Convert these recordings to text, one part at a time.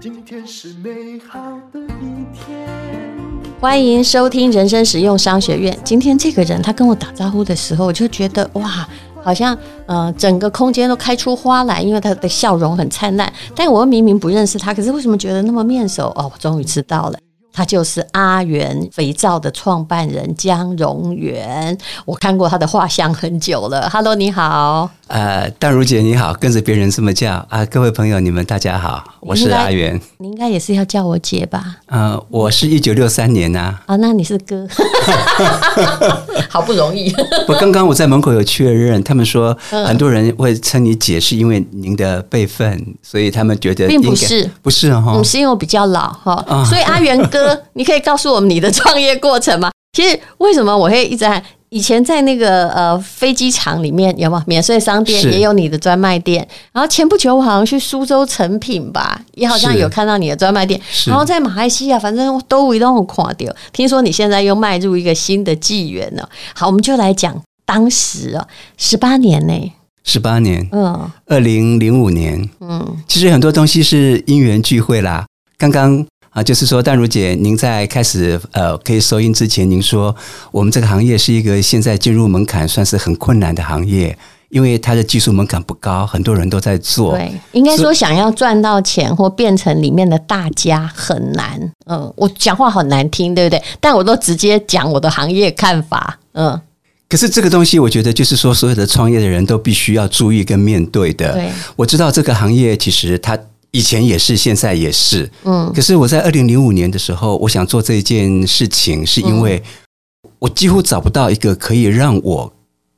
今天是美好的一天。欢迎收听人生实用商学院。今天这个人他跟我打招呼的时候，我就觉得哇，好像呃整个空间都开出花来，因为他的笑容很灿烂。但我又明明不认识他，可是为什么觉得那么面熟？哦，我终于知道了。他就是阿元肥皂的创办人江荣源，我看过他的画像很久了。Hello，你好，呃，淡如姐你好，跟着别人这么叫啊，各位朋友你们大家好，我是阿元，你应该也是要叫我姐吧？呃，我是一九六三年呐、啊，那你是哥， 好不容易。不，刚刚我在门口有确认，他们说嗯很多人会称你姐是因为您的辈分，所以他们觉得并不应该是不是哦哈、嗯，是因为我比较老哈，啊所以阿元 哥，你可以告诉我们你的创业过程吗？其实为什么我会一直在以前在那个呃飞机场里面有吗？免税商店是也有你的专卖店，然后前不久我好像去苏州成品吧，也好像是有看到你的专卖店，是然后在马来西亚，反正都我都有看到。听说你现在又迈入一个新的纪元了，好，我们就来讲当时哦，十八年呢，十八年，嗯二零零五年，嗯，其实很多东西是因缘聚会啦。刚刚啊，就是说，淡如姐，您在开始呃可以收音之前，您说我们这个行业是一个现在进入门槛算是很困难的行业，因为它的技术门槛不高，很多人都在做。对，应该说想要赚到钱或变成里面的大家很难。嗯，我讲话很难听，对不对？但我都直接讲我的行业看法。嗯，可是这个东西，我觉得就是说，所有的创业的人都必须要注意跟面对的。对，我知道这个行业其实它以前也是，现在也是。嗯可是我在二零零五年的时候，我想做这件事情，是因为我几乎找不到一个可以让我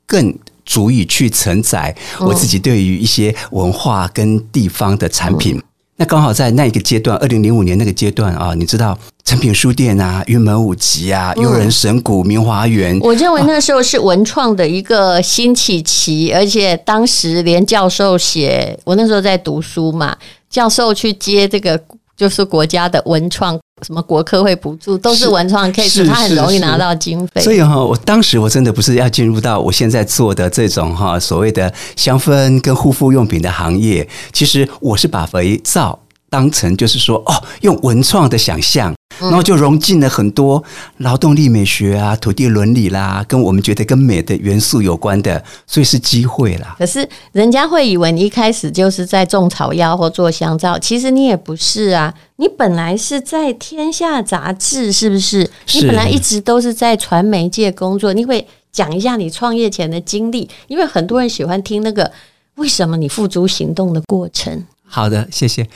更足以去承载我自己对于一些文化跟地方的产品。那刚好在那一个阶段，二零零五年那个阶段啊，你知道诚品书店啊、云门舞集啊、悠人神谷、明华园，我认为那时候是文创的一个新起期，而且当时连教授写，我那时候在读书嘛，教授去接这个就是国家的文创什么国科会补助，都是是文创 case，是他很是容易是拿到经费。所以哈、我当时我真的不是要进入到我现在做的这种哈、所谓的香氛跟护肤用品的行业。其实我是把肥皂当成就是说哦，用文创的想象。然后就融进了很多劳动力美学啊、土地伦理啦，跟我们觉得跟美的元素有关的，所以是机会啦。可是人家会以为你一开始就是在种草药或做香皂，其实你也不是啊。你本来是在《天下》杂志，是不是？是你本来一直都是在传媒界工作。你会讲一下你创业前的经历，因为很多人喜欢听那个为什么你付诸行动的过程。好的，谢谢。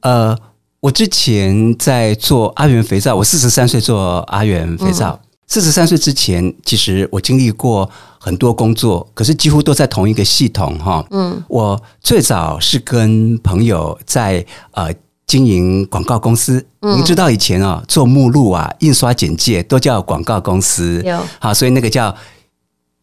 呃，我之前在做阿元肥皂，我四十三岁做阿元肥皂。嗯四十三岁之前，其实我经历过很多工作，可是几乎都在同一个系统哈。嗯，我最早是跟朋友在呃经营广告公司。嗯您知道以前啊、做目录啊、印刷简介都叫广告公司。有好，所以那个叫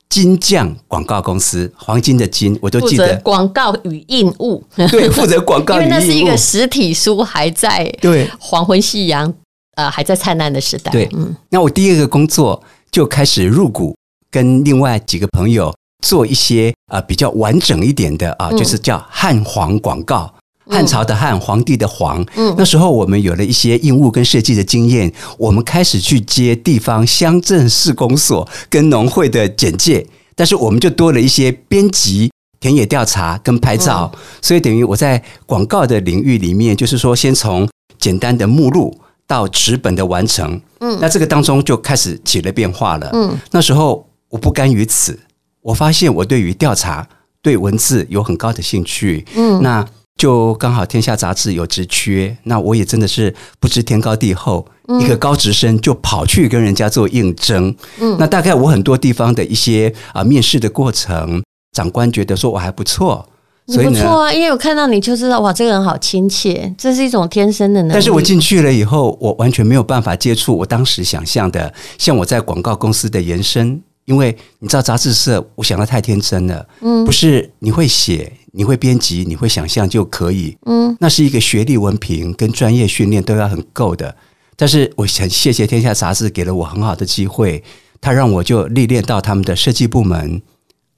金匠广告公司，黄金的金，我都负记责得。广告与印务， 因对，负责广告与为印务，那是一个实体书还在对。黄昏夕阳，呃，还在灿烂的时代。对嗯，那我第二个工作就开始入股，跟另外几个朋友做一些呃比较完整一点的啊、嗯就是叫汉皇广告。汉朝的汉，皇帝的皇。嗯那时候我们有了一些印务跟设计的经验，我们开始去接地方乡镇市公所跟农会的简介，但是我们就多了一些编辑、田野调查跟拍照。所以等于我在广告的领域里面，就是说先从简单的目录到纸本的完成，嗯，那这个当中就开始起了变化了，嗯，那时候我不甘于此，我发现我对于调查、对文字有很高的兴趣，嗯，那。就刚好《天下》杂志有职缺，那我也真的是不知天高地厚，嗯一个高职生就跑去跟人家做应征。嗯，那大概我很多地方的一些啊、面试的过程，长官觉得说我还不错，你不错啊，因为我看到你就知道，哇，这个人好亲切，这是一种天生的能力。但是我进去了以后，我完全没有办法接触我当时想象的，像我在广告公司的延伸。因为你知道杂志社，我想的太天真了，嗯，不是你会写、你会编辑、你会想象就可以，嗯，那是一个学历文凭跟专业训练都要很够的。但是我想谢谢天下杂志给了我很好的机会，它让我就历练到他们的嗯设计部门、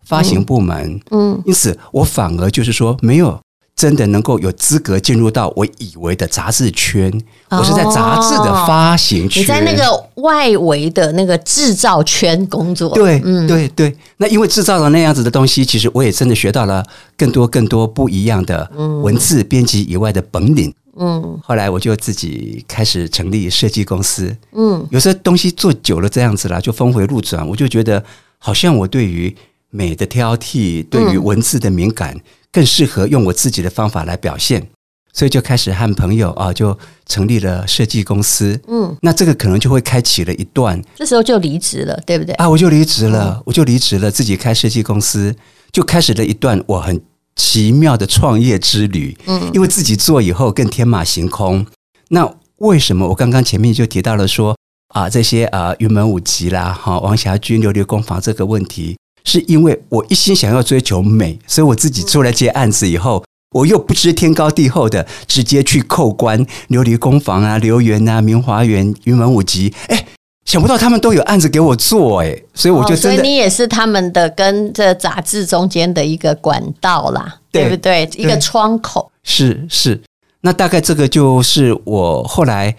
发行部门，嗯因此我反而就是说没有真的能够有资格进入到我以为的杂志圈，我是在杂志的发行哦圈，你在那个外围的那个制造圈工作，对，对对。那因为制造了那样子的东西，其实我也真的学到了更多更多不一样的文字编辑以外的本领。嗯后来我就自己开始成立设计公司，嗯，有时候东西做久了这样子啦，就峰回路转，我就觉得好像我对于美的挑剔，对于文字的敏感，更适合用我自己的方法来表现，所以就开始和朋友啊，就成立了设计公司。嗯，那这个可能就会开启了一段这时候就离职了，对不对？啊，我就离职了，我就离职了，自己开设计公司，就开始了一段我很奇妙的创业之旅。嗯，因为自己做以后更天马行空。那为什么我刚刚前面就提到了说啊，这些啊云门舞集啦，哈、王霞君、琉璃工坊这个问题，是因为我一心想要追求美，所以我自己出来接案子以后。我又不知天高地厚的，直接去扣关琉璃工坊啊、留园啊、明华园、云门舞集，哎，想不到他们都有案子给我做、哎，所以我就哦所真以的、你也是他们的跟这杂志中间的一个管道啦，对对不对？一个窗口，是是，那大概这个就是我后来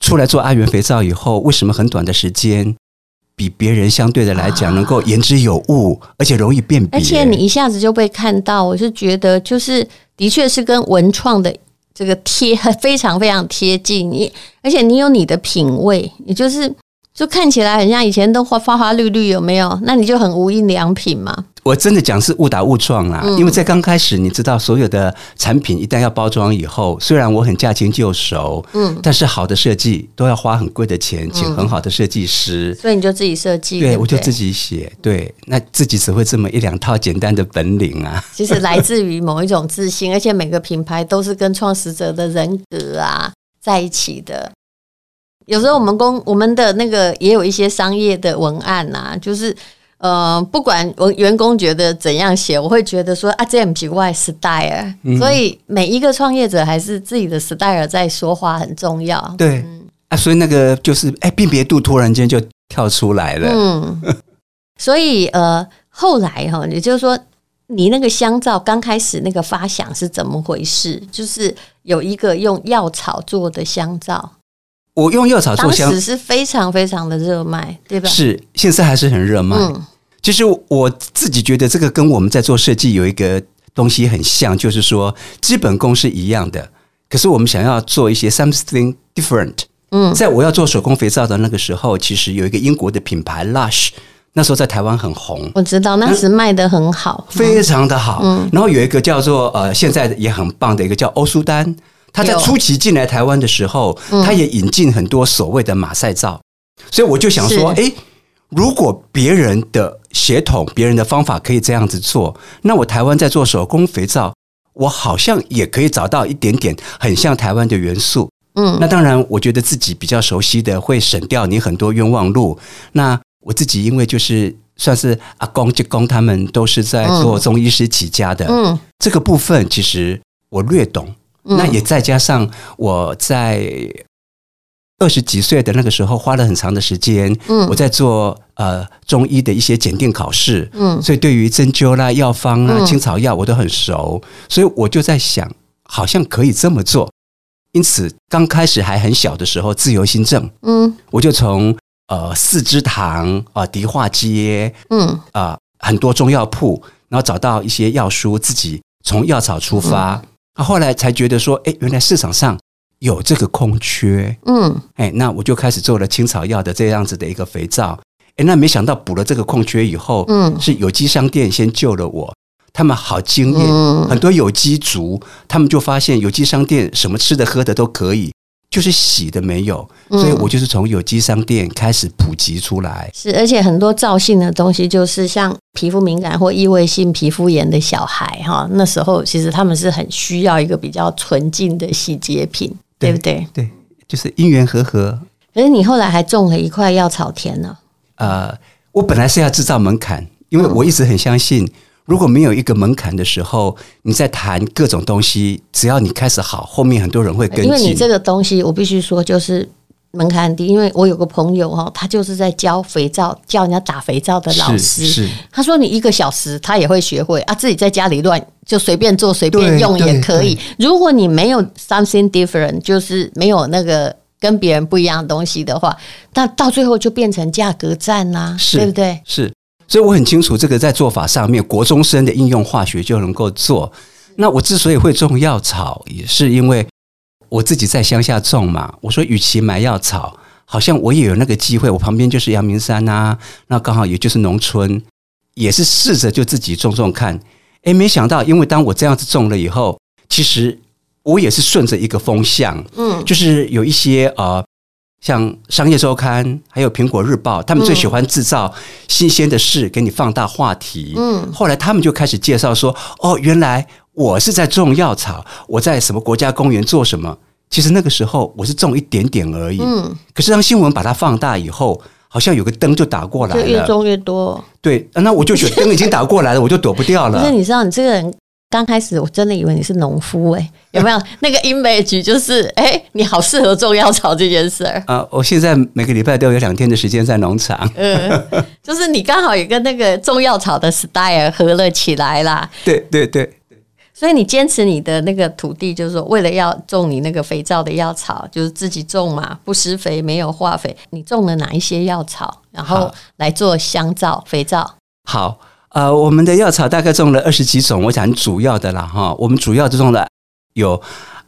出来做阿元肥皂以后，为什么很短的时间，比别人相对的来讲能够言之有物，啊而且容易辨别。而且你一下子就被看到，我是觉得就是的确是跟文创的这个贴 非常非常贴近你，而且你有你的品味，也就是。就看起来很像以前都花花花绿绿，有没有？那你就很无印良品嘛。我真的讲是误打误撞啦，因为在刚开始，你知道所有的产品一旦要包装以后，虽然我很驾轻就熟，嗯，但是好的设计都要花很贵的钱，请很好的设计师。所以你就自己设计，对，不我就自己写。对，那自己只会这么一两套简单的本领啊。其实来自于某一种自信，而且每个品牌都是跟创始者的人格啊在一起的。有时候我们公我们的那个也有一些商业的文案呐、就是呃，不管我员工觉得怎样写，我会觉得说啊，这不是我的 style，、所以每一个创业者还是自己的 style 在说话很重要。对，嗯啊，所以那个就是哎，辨别度突然间就跳出来了。嗯，所以呃，后来哈，也就是说，你那个香皂刚开始那个发想是怎么回事？就是有一个用药草做的香皂，我用药草啊做当香时是非常非常的热卖，对吧？是，现在还是很热卖。嗯其实我自己觉得这个跟我们在做设计有一个东西很像，就是说基本功是一样的，可是我们想要做一些 something different。嗯，在我要做手工肥皂的那个时候，其实有一个英国的品牌 Lush，那时候在台湾很红。我知道那时卖的很好，非常的好。嗯然后有一个叫做呃，现在也很棒的一个叫欧舒丹，他在有嗯初期进来台湾的时候，他也引进很多所谓的马赛皂，所以我就想说，是诶，如果别人的血统、别人的方法可以这样子做，那我台湾在做手工肥皂，我好像也可以找到一点点很像台湾的元素。嗯那当然，我觉得自己比较熟悉的会省掉你很多冤枉路。那我自己因为就是算是阿公、舅公他们都是在做中医师起家的，嗯这个部分其实我略懂。那也再加上我在二十几岁的那个时候，花了很长的时间，嗯我在做呃中医的一些检定考试，嗯所以对于针灸啦、药方啦、嗯青草药我都很熟，所以我就在想，好像可以这么做。因此，刚开始还很小的时候，自由新政，嗯我就从呃四支堂啊、迪化街嗯啊、很多中药铺，然后找到一些药书，自己从药草出发。嗯啊，后来才觉得说，哎，原来市场上有这个空缺，嗯，哎，那我就开始做了青草药的这样子的一个肥皂。哎，那没想到补了这个空缺以后，嗯是有机商店先救了我，他们好惊艳，嗯很多有机族他们就发现有机商店什么吃的喝的都可以，就是洗的没有，嗯所以我就是从有机商店开始普及出来。是，而且很多造性的东西，就是像皮肤敏感或异位性皮肤炎的小孩哈，那时候其实他们是很需要一个比较纯净的洗洁品，对不对？对，就是因缘和合。可是你后来还种了一块药草田呢、呃，我本来是要制造门槛，因为嗯我一直很相信，如果没有一个门槛的时候，你在谈各种东西，只要你开始好，后面很多人会跟进。因为你这个东西，我必须说，就是门槛很低，因为我有个朋友哈、哦，他就是在教肥皂，教人家打肥皂的老师。是是他说你一个小时他也会学会啊，自己在家里乱就随便做随便对用也对可以。如果你没有 something different，就是没有那个跟别人不一样的东西的话，那到最后就变成价格战啦、是对不对？是，所以我很清楚这个在做法上面，国中生的应用化学就能够做。那我之所以会种药草，也是因为我自己在乡下种嘛。我说，与其买药草，好像我也有那个机会，我旁边就是阳明山啊，那刚好也就是农村，也是试着就自己种种看。诶，没想到，因为当我这样子种了以后，其实我也是顺着一个风向，嗯，就是有一些呃，像《商业周刊》还有《苹果日报》，他们最喜欢制造新鲜的事，给你放大话题。嗯，后来他们就开始介绍说，哦，原来我是在种药草，我在什么国家公园做什么。其实那个时候我是种一点点而已，嗯，可是当新闻把它放大以后，好像有个灯就打过来就越了。种越多。对，那我就觉得灯已经打过来了，我就躲不 掉不是，了。你知道，你这个人刚开始我真的以为你是农夫哎、有没有 那个 image 就是哎、你好适合种药草这件事儿。啊、我现在每个礼拜都有两天的时间在农场。嗯，就是你刚好也跟那个种药草的 style 合了起来啦，对对对，所以你坚持你的那个土地，就是说为了要种你那个肥皂的药草，就是自己种嘛，不施肥，没有化肥。你种了哪一些药草，然后好来做香皂、肥皂？好，呃，我们的药草大概种了二十几种，我讲主要的啦哈。我们主要就种了有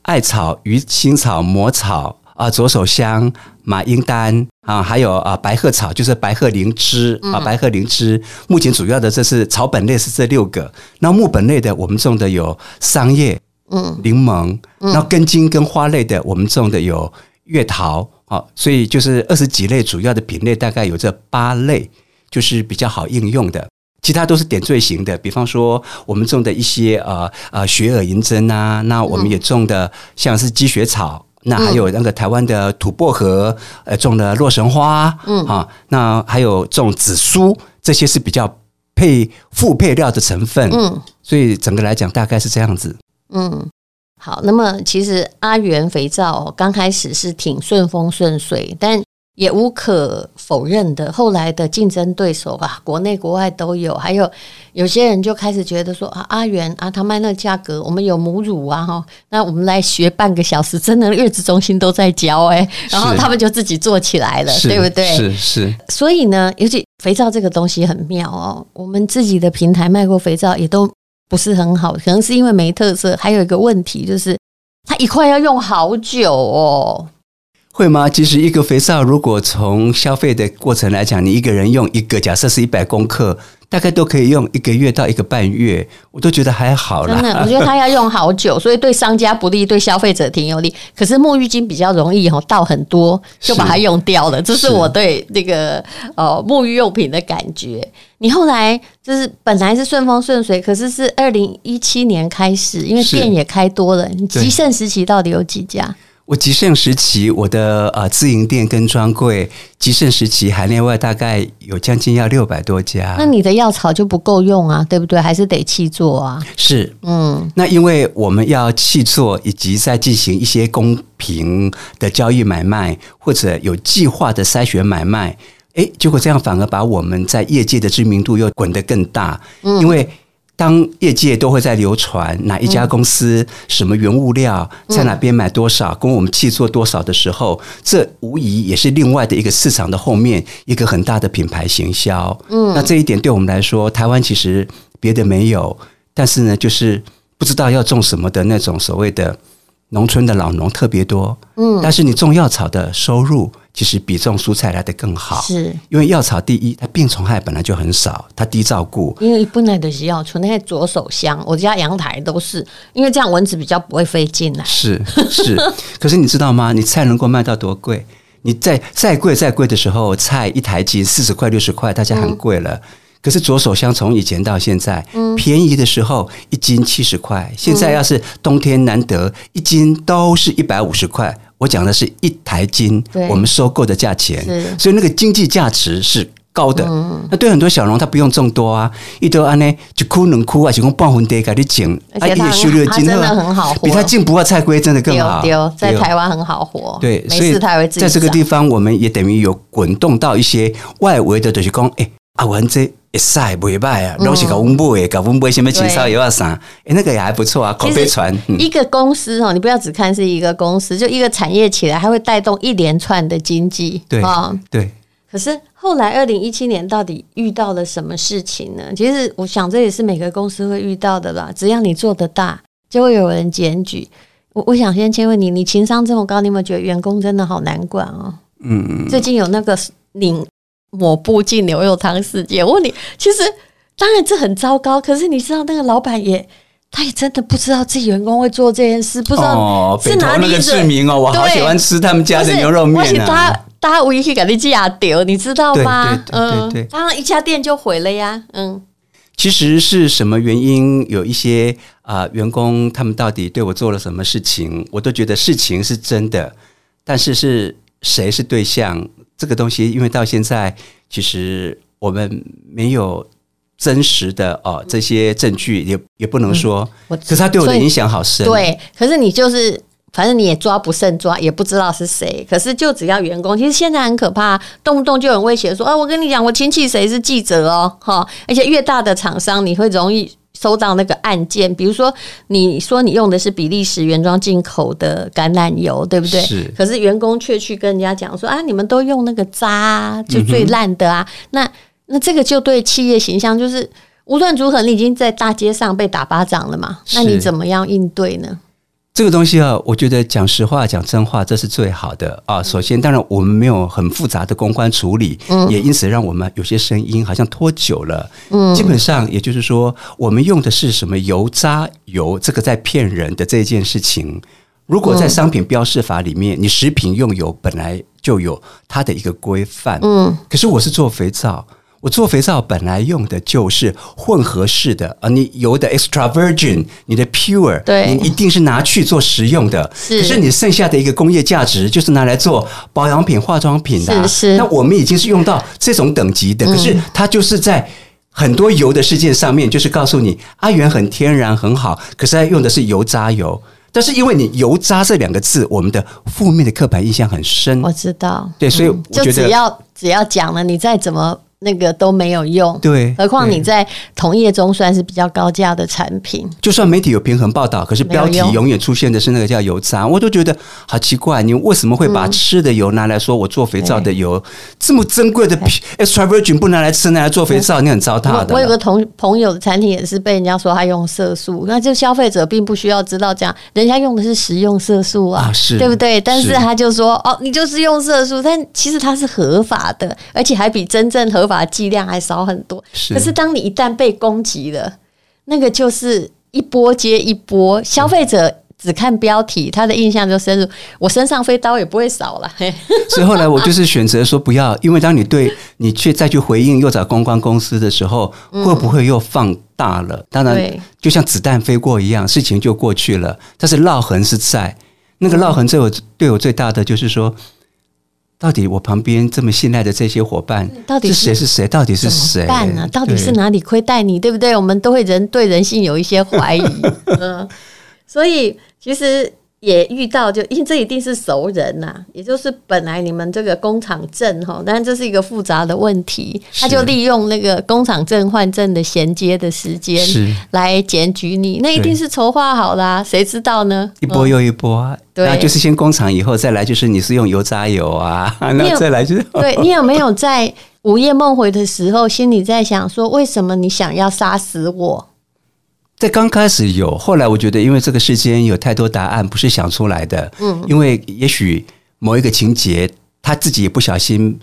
艾草、鱼腥草、魔草啊、左手香、马英丹啊，还有啊白鹤草，就是白鹤灵芝啊，白鹤灵芝。目前主要的这是草本类是这六个，那木本类的我们种的有桑叶、嗯柠檬，然后根茎跟花类的我们种的有月桃。好，所以就是二十几类主要的品类，大概有这八类，就是比较好应用的。其他都是点缀型的，比方说我们种的一些呃呃雪耳银针啊，那我们也种的像是积雪草，那还有那个台湾的土薄荷，呃，种的洛神花，嗯啊，那还有种紫苏，这些是比较配副配料的成分，嗯所以整个来讲大概是这样子。嗯，好。那么其实阿元肥皂哦刚开始是挺顺风顺水，但也无可否认的，后来的竞争对手啊，国内国外都有，还有有些人就开始觉得说啊，阿元啊，他卖那个价格，我们有母乳啊哈，那我们来学半个小时，真的月子中心都在教哎、然后是他们就自己做起来了，是对不对？是是，所以呢，尤其肥皂这个东西很妙哦，我们自己的平台卖过肥皂也都不是很好，可能是因为没特色。还有一个问题就是，它一块要用好久哦。会吗？其实一个肥皂，如果从消费的过程来讲，你一个人用一个，假设是一百公克，大概都可以用一个月到一个半月，我都觉得还好真的啦。，我觉得它要用好久，所以对商家不利，对消费者挺有利。可是沐浴巾比较容易哦，倒很多就把它用掉了，这是是我对那个呃沐浴用品的感觉。你后来就是本来是顺风顺水，可是是二零一七年开始，因为是店也开多了，你对啊极盛时期到底有几家？我极盛时期，我的呃自营店跟专柜，极盛时期海内外大概有将近要六百多家那。你的药草就不够用啊，对不对？还是得气做啊。是，嗯，那因为我们要弃作，以及在进行一些公平的交易买卖，或者有计划的筛选买卖，诶，结果这样反而把我们在业界的知名度又滚得更大。因为当业界都会在流传哪一家公司、什么原物料在哪边买多少，跟我们气做多少的时候，这无疑也是另外的一个市场的后面一个很大的品牌行销。嗯，那这一点对我们来说，台湾其实别的没有，但是呢，就是不知道要种什么的那种所谓的农村的老农特别多。嗯，但是你种药草的收入其实比种蔬菜来的更好。是因为药草第一，它病虫害本来就很少，它低照顾，因为本来就是要存在左手香，我家阳台都是，因为这样蚊子比较不会飞进来。是是，可是你知道吗？你菜能够卖到多贵？你再再贵再贵的时候，菜一台斤四十块六十块，大家很贵嗯了。可是左手香从以前到现在，便宜的时候一斤七十块，现在要嗯是冬天难得一斤都是一百五十块。我讲的是一台斤对，我们收购的价钱是，嗯所以那个经济价值是高的。那对很多小农，他不用种多啊，一多安呢就哭能哭啊，就用半分地啊给你剪，而且他它也修了它金真的很好活比他进不到菜龟真的更好。丢丢，在对哦台湾很好活，对，没所以事它还会自己在这个长地方，我们也等于有滚动到一些外围的，就是讲，哎、啊，我们这会使袂歹啊，拢是搞温布的，搞温布什么青烧油啊啥，哎、那个也还不错啊，口嗯其碑实传，嗯一个公司哦，你不要只看是一个公司，就一个产业起来，它会带动一连串的经济。对、啊、对，可是后来二零一七年到底遇到了什么事情呢？其实我想这也是每个公司会遇到的吧。只要你做得大，就会有人检举。我我想先先问你，你情商这么高，你有没有觉得员工真的好难管哦？嗯，最近有那个拧抹布进牛肉汤事件，我问你，其实当然这很糟糕，可是你知道那个老板也，他也真的不知道自己员工会做这件事，不知道哦，北是投哪那里个志惹。明哦，我好对喜欢吃他们家不的是牛肉面而且啊他。他唯一去给你寄亚丢，你知道吗？对对对对对嗯，当然一家店就毁了呀。嗯，其实是什么原因？有一些啊、呃员工他们到底对我做了什么事情，我都觉得事情是真的，但是是谁是对象？这个东西，因为到现在其实我们没有真实的哦这些证据，也也不能说。嗯我可是他对我的所以影响好深，，对，可是你就是。反正你也抓不胜抓，也不知道是谁。可是就只要员工，其实现在很可怕，动不动就有人威胁说：“啊，我跟你讲，我亲戚谁是记者哦，哈！”而且越大的厂商，你会容易收到那个案件。比如说，你说你用的是比利时原装进口的橄榄油，对不对？是可是员工却去跟人家讲说：“啊，你们都用那个渣啊，就最烂的啊。那那这个就对企业形象就是。无论如何，你已经在大街上被打巴掌了嘛？那你是怎么样应对呢？这个东西啊，我觉得讲实话、讲真话，这是最好的啊。首先，当然我们没有很复杂的公关处理，也因此让我们有些声音好像拖久了。嗯，基本上也就是说，我们用的是什么油渣油，这个在骗人的这件事情。如果在嗯商品标示法里面，你食品用油本来就有它的一个规范，嗯，可是我是做肥皂，我做肥皂本来用的就是混合式的啊，你油的 extra virgin，你的 pure，对你一定是拿去做食用的。是可是你剩下的一个工业价值就是拿来做保养品、化妆品的、啊。是是那我们已经是用到这种等级嗯的，可是它就是在。很多油的事件上面，就是告诉你阿元很天然很好，可是它用的是油渣油。但是因为你油渣这两个字，我们的负面的刻板印象很深我。知道，嗯嗯对，所以我哦就觉只得要只要讲了，你再怎么那个都没有用。对何况对你在同业中算是比较高价的产品。就算媒体有平衡报道，可是标没题有用永远出现的是那个叫油渣，我都觉得好奇怪，你为什么会把吃的油拿来说我做肥皂的油？这么珍贵的 extra virgin 不拿来吃，拿来做肥皂，你很糟蹋我的我有嘛。个同朋友的产品也是被人家说他用色素，那就消费者并不需要知道这样，人家用的是食用色素啊，啊是对不对？但是是他就说哦，你就是用色素，但其实它是合法的，而且还比真正合法剂量还少很多。是可是当你一旦被攻击了，那个就是一波接一波，消费者。只看标题，他的印象就深入。我身上飞刀也不会少了，嘿所以后来我就是选择说不要，因为当你对你去再去回应又找公关公司的时候，会不会又放大了？当然对，就像子弹飞过一样，事情就过去了，但是烙痕是在。那个烙痕对我对我最大的就是说，到底我旁边这么信赖的这些伙伴，到底是是谁是谁？到底是怎么谁？办呢、到底是对哪里亏待你，对不对？我们都会人对人性有一些怀疑， 嗯，所以其实也遇到就，因为这一定是熟人呐、也就是本来你们这个工厂证哈，但这是一个复杂的问题，是他就利用那个工厂证换证的衔接的时间是来检举你，那一定是筹划好啦、谁知道呢？嗯一波又一波啊？对那就是先工厂，以后再来就是你是用油渣油啊，没 那有再来就是对你有没有在午夜梦回的时候，心里在想说，为什么你想要杀死我？在刚开始有，后来我觉得，因为这个世间有太多答案不是想出来的，嗯，因为也许某一个情节，他自己也不小心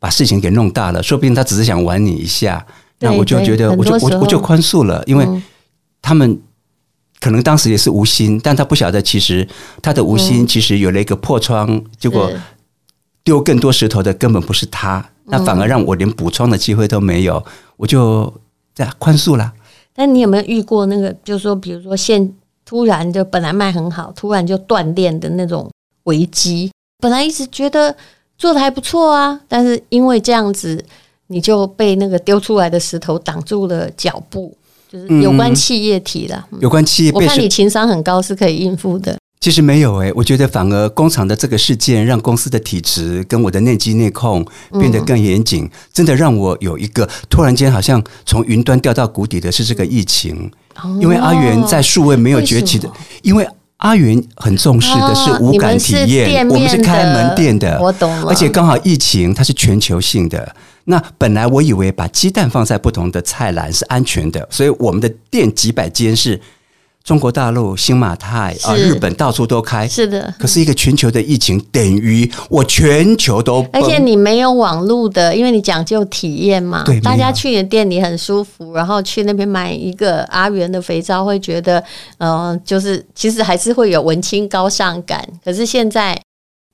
把事情给弄大了，说不定他只是想玩你一下，对那我就对觉得，很我就多时我候我就宽恕了，因为嗯他们可能当时也是无心，但他不晓得，其实他的无心嗯其实有了一个破窗，结果是丢更多石头的根本不是他，那反而让我连补充的机会都没有，我就这样宽恕了。但你有没有遇过那个，就是说，比如说现突然就本来卖很好，突然就断裂的那种危机？本来一直觉得做的还不错啊，但是因为这样子，你就被那个丢出来的石头挡住了脚步，就是有关气液体啦。嗯有关企业我嗯被看你审，情商很高，是可以应付的。其实没有诶、我觉得反而工厂的这个事件让公司的体质跟我的内机内控变得更严嗯谨，真的让我有一个突然间好像从云端掉到谷底的是这个疫情，哦因为阿元在数位没有崛起的为什，因为阿元很重视的是哦无啊你感们体是验，店我们是面开的门店的，我懂了而且刚好疫情它是全球性的。那本来我以为把鸡蛋放在不同的菜篮是安全的，所以我们的店几百间是中国大陆、新马泰啊、是日本到处都开。是的，可是一个全球的疫情，等于我全球都而崩，且你没有网路的，因为你讲究体验嘛嗯对没有。大家去你的店里很舒服，然后去那边买一个阿元的肥皂，会觉得，呃，就是其实还是会有文青高尚感。可是现在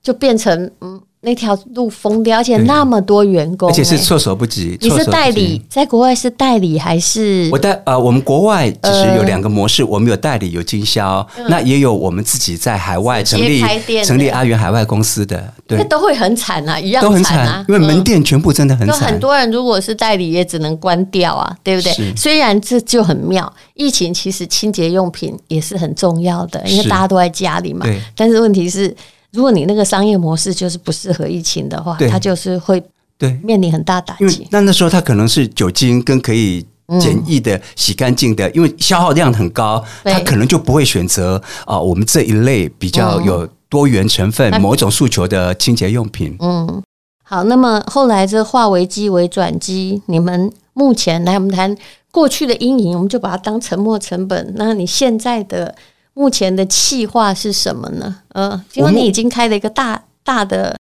就变成，嗯，那条路封掉，而且对那么多员工、嗯而且是欸措手不及。你措是手不代及理，在国外是代理还是我？代呃，我们国外其实有两个模式，我们有代理有经销，那也有我们自己在海外成立嗯直接开店的成立阿元海外公司的，对那，都会很惨啊，一样都很惨惨啊，，因为门嗯店全部真的很就惨，很多人如果是代理，也只能关掉啊，对不是对？虽然这就很妙，疫情其实清洁用品也是很重要的，因为是大家都在家里嘛对。但是问题是，如果你那个商业模式就是不适合疫情的话对，它就是会对，面临很大打因为击。那那时候它可能是酒精跟可以。简易的洗干净的，因为消耗量很高，对它可能就不会选择啊、我们这一类比较有多元成分、哦那某一种诉求的清洁用品。嗯，好，那么后来这化危机为转机，你们目前来我们谈过去的阴影，我们就把它当沉没成本。那你现在的目前的计划是什么呢？呃，因我为目你已经开了一个大大的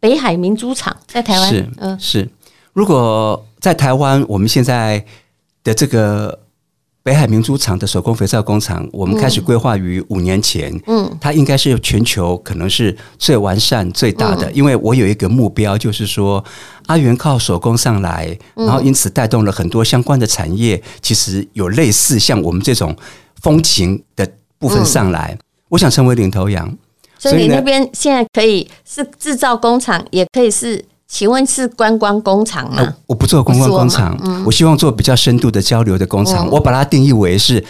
北海明珠厂在台湾，是嗯、是，如果在台湾，我们现在的这个北海明珠厂的手工肥皂工厂，我们开始规划于五年前。嗯，它应该是全球可能是最完善、最大嗯的，因为我有一个目标，就是说阿元靠手工上来，嗯然后因此带动了很多相关的产业，其实有类似像我们这种风情的部嗯分上来。我想成为领头羊，所以所以你呢那边现在可以是制造工厂，也可以是，请问是观光工厂吗？呃我不做观光工厂，嗯我希望做比较深度的交流的工哦厂。我把它定义为是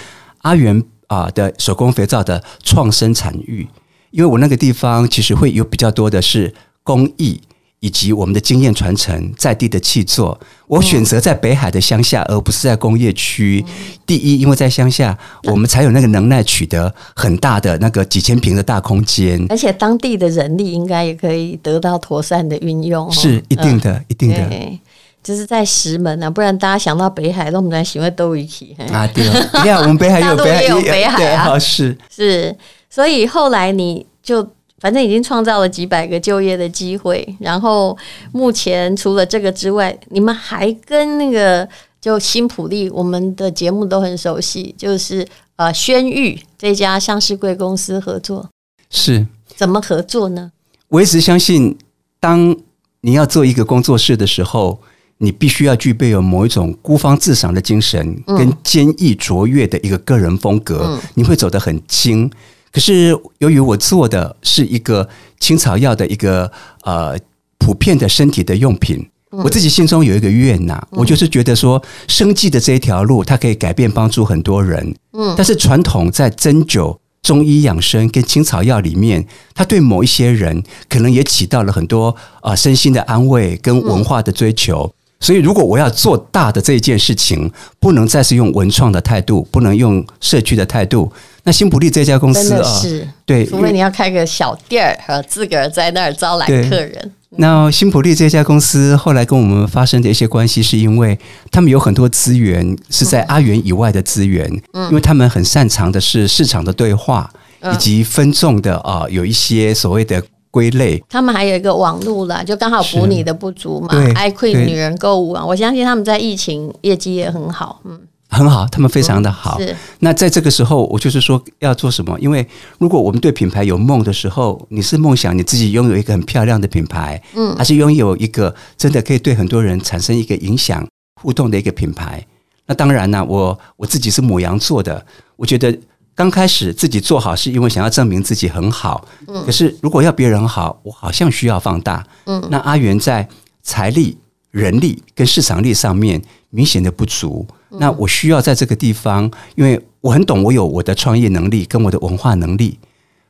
阿元啊、的手工肥皂的创生产域，因为我那个地方其实会有比较多的是工艺。以及我们的经验传承，在地的气作，我选择在北海的乡下，而不是在工业区。嗯第一，因为在乡下，我们才有那个能耐取得很大的那个几千平的大空间。而且当地的人力应该也可以得到妥善的运用哦，是一定的，一定的对，就是在石门啊，不然大家想到北海，都不然喜欢都一起。嘿啊！对哦，你看我们北海也 有大陆北海，也有也北海对啊 啊，是是，所以后来你就反正已经创造了几百个就业的机会，然后目前除了这个之外，你们还跟那个就新普利，我们的节目都很熟悉，就是呃轩玉这家上市贵公司合作，是。怎么合作呢？我一直相信，当你要做一个工作室的时候，你必须要具备有某一种孤芳自赏的精神，跟坚毅卓越的一个个人风格，你会走得很精。可是由于我做的是一个青草药的一个呃普遍的身体的用品。嗯我自己心中有一个愿呐、我就是觉得说，生计的这一条路，它可以改变帮助很多人。嗯，但是传统在针灸、中医养生跟青草药里面，它对某一些人可能也起到了很多啊、呃身心的安慰跟文化的追求。所以，如果我要做大的这一件事情，不能再是用文创的态度，不能用社区的态度。那新普利这家公真司的啊，是，对，除非你要开个小店儿，呃，自个儿在那儿招揽对客人。那新普利这家公司后来跟我们发生的一些关系，是因为他们有很多资源是在阿元以外的资源，因为他们很擅长的是市场的对话以及分众的啊、有一些所谓的归类。他们还有一个网路啦，就刚好补你的不足嘛对对，iQueen 女人购物啊，我相信他们在疫情业绩也很好，嗯，很好，他们非常的好。是那在这个时候，我就是说要做什么？因为如果我们对品牌有梦的时候，你是梦想你自己拥有一个很漂亮的品牌，嗯，还是拥有一个真的可以对很多人产生一个影响、互动的一个品牌？那当然啦、我我自己是母羊座的，我觉得刚开始自己做好是因为想要证明自己很好，可是如果要别人好，我好像需要放大，嗯，那阿元在财力。人力跟市场力上面明显的不足。嗯那我需要在这个地方，因为我很懂，我有我的创业能力跟我的文化能力，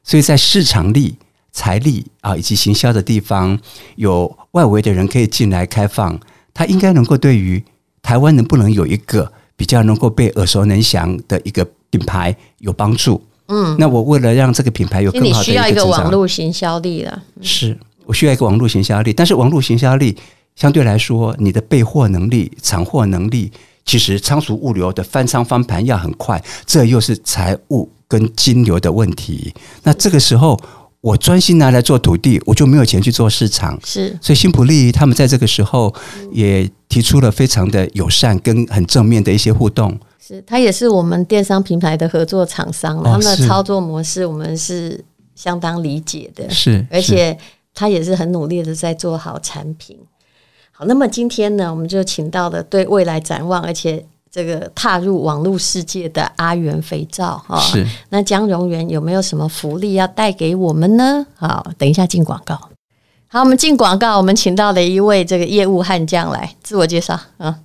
所以在市场力、财力啊以及行销的地方，有外围的人可以进来开放，它应该能够对于台湾能不能有一个比较能够被耳熟能详的一个品牌有帮助。嗯，那我为了让这个品牌有其更实你好的需要一个个成网长络行销力了。是我需要一个网络行销力，但是网络行销力相对来说，你的备货能力、产货能力，其实仓储物流的翻仓翻盘要很快，这又是财务跟金流的问题。那这个时候，我专心拿来做土地，我就没有钱去做市场。是，所以新普利他们在这个时候也提出了非常的友善跟很正面的一些互动。是，它也是我们电商平台的合作厂商，他们的哦是操作模式我们是相当理解的，是而且他也是很努力的在做好产品。好，那么今天呢，我们就请到了对未来展望，而且这个踏入网络世界的阿元肥皂哈。是那江荣源有没有什么福利要带给我们呢？好，等一下进广告。好，我们进广告，我们请到了一位这个业务悍将来自我介绍啊。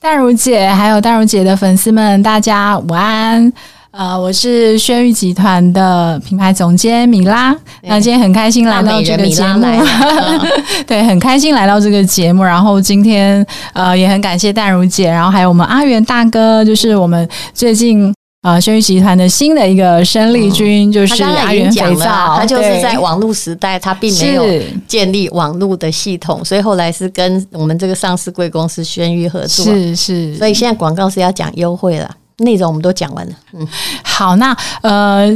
淡如姐还有淡如姐的粉丝们，大家午安。呃，我是轩玉集团的品牌总监米拉。那今天很开心来大到美这人个米节拉目，来了，嗯 对，很开心来到这个节目。然后今天呃也很感谢淡如姐，然后还有我们阿元大哥，就是我们最近。呃，轩玉集团的新的一个生力军、就哦他是刚阿才已经元讲肥了啊，皂，他就是对在网络时代，他并没有是建立网络的系统，所以后来是跟我们这个上市贵公司宣誉合作。是是，所以现在广告是要讲优惠了，内容我们都讲完了。好，那呃，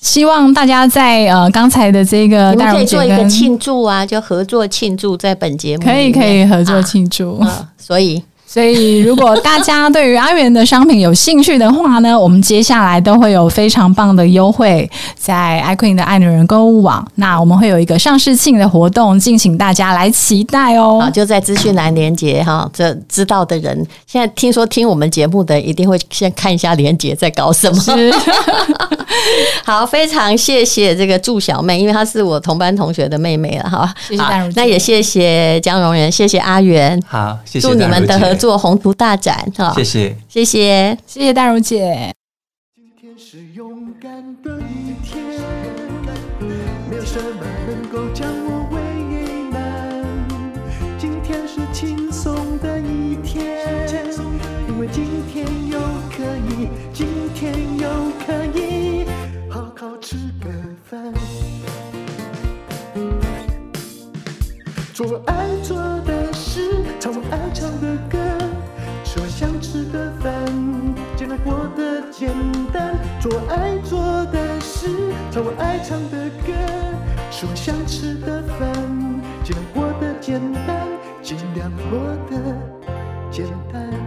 希望大家在呃刚才的这个你们淡可如以做姐一个跟庆祝啊，就合作庆祝，在本节目可以里面可以合作庆祝。啊所以所以，如果大家对于阿元的商品有兴趣的话呢，我们接下来都会有非常棒的优惠，在 iQueen 的爱女人购物网。那我们会有一个上市庆的活动，敬请大家来期待啊，哦。就在资讯栏连接哈，这知道的人现在听说听我们节目的，一定会先看一下连接在搞什么。是 好，非常谢谢这个祝小妹，因为她是我同班同学的妹妹了哈。谢谢好淡如姐那也谢谢江荣仁，谢谢阿元，好，谢谢祝你大们如的姐合，作宏图大展哈谢。谢。谢谢。 谢谢淡如姐。今天是勇敢的一天，没有什么能够将我为难。今天是轻松的一天，因为今天又可以，今天又可以好好吃个饭，做我爱做的事，唱我爱唱的歌，吃我想吃的饭，尽量过得简单。做我爱做的事，唱我爱唱的歌，吃我想吃的饭，尽量过得简单，尽量过得简单。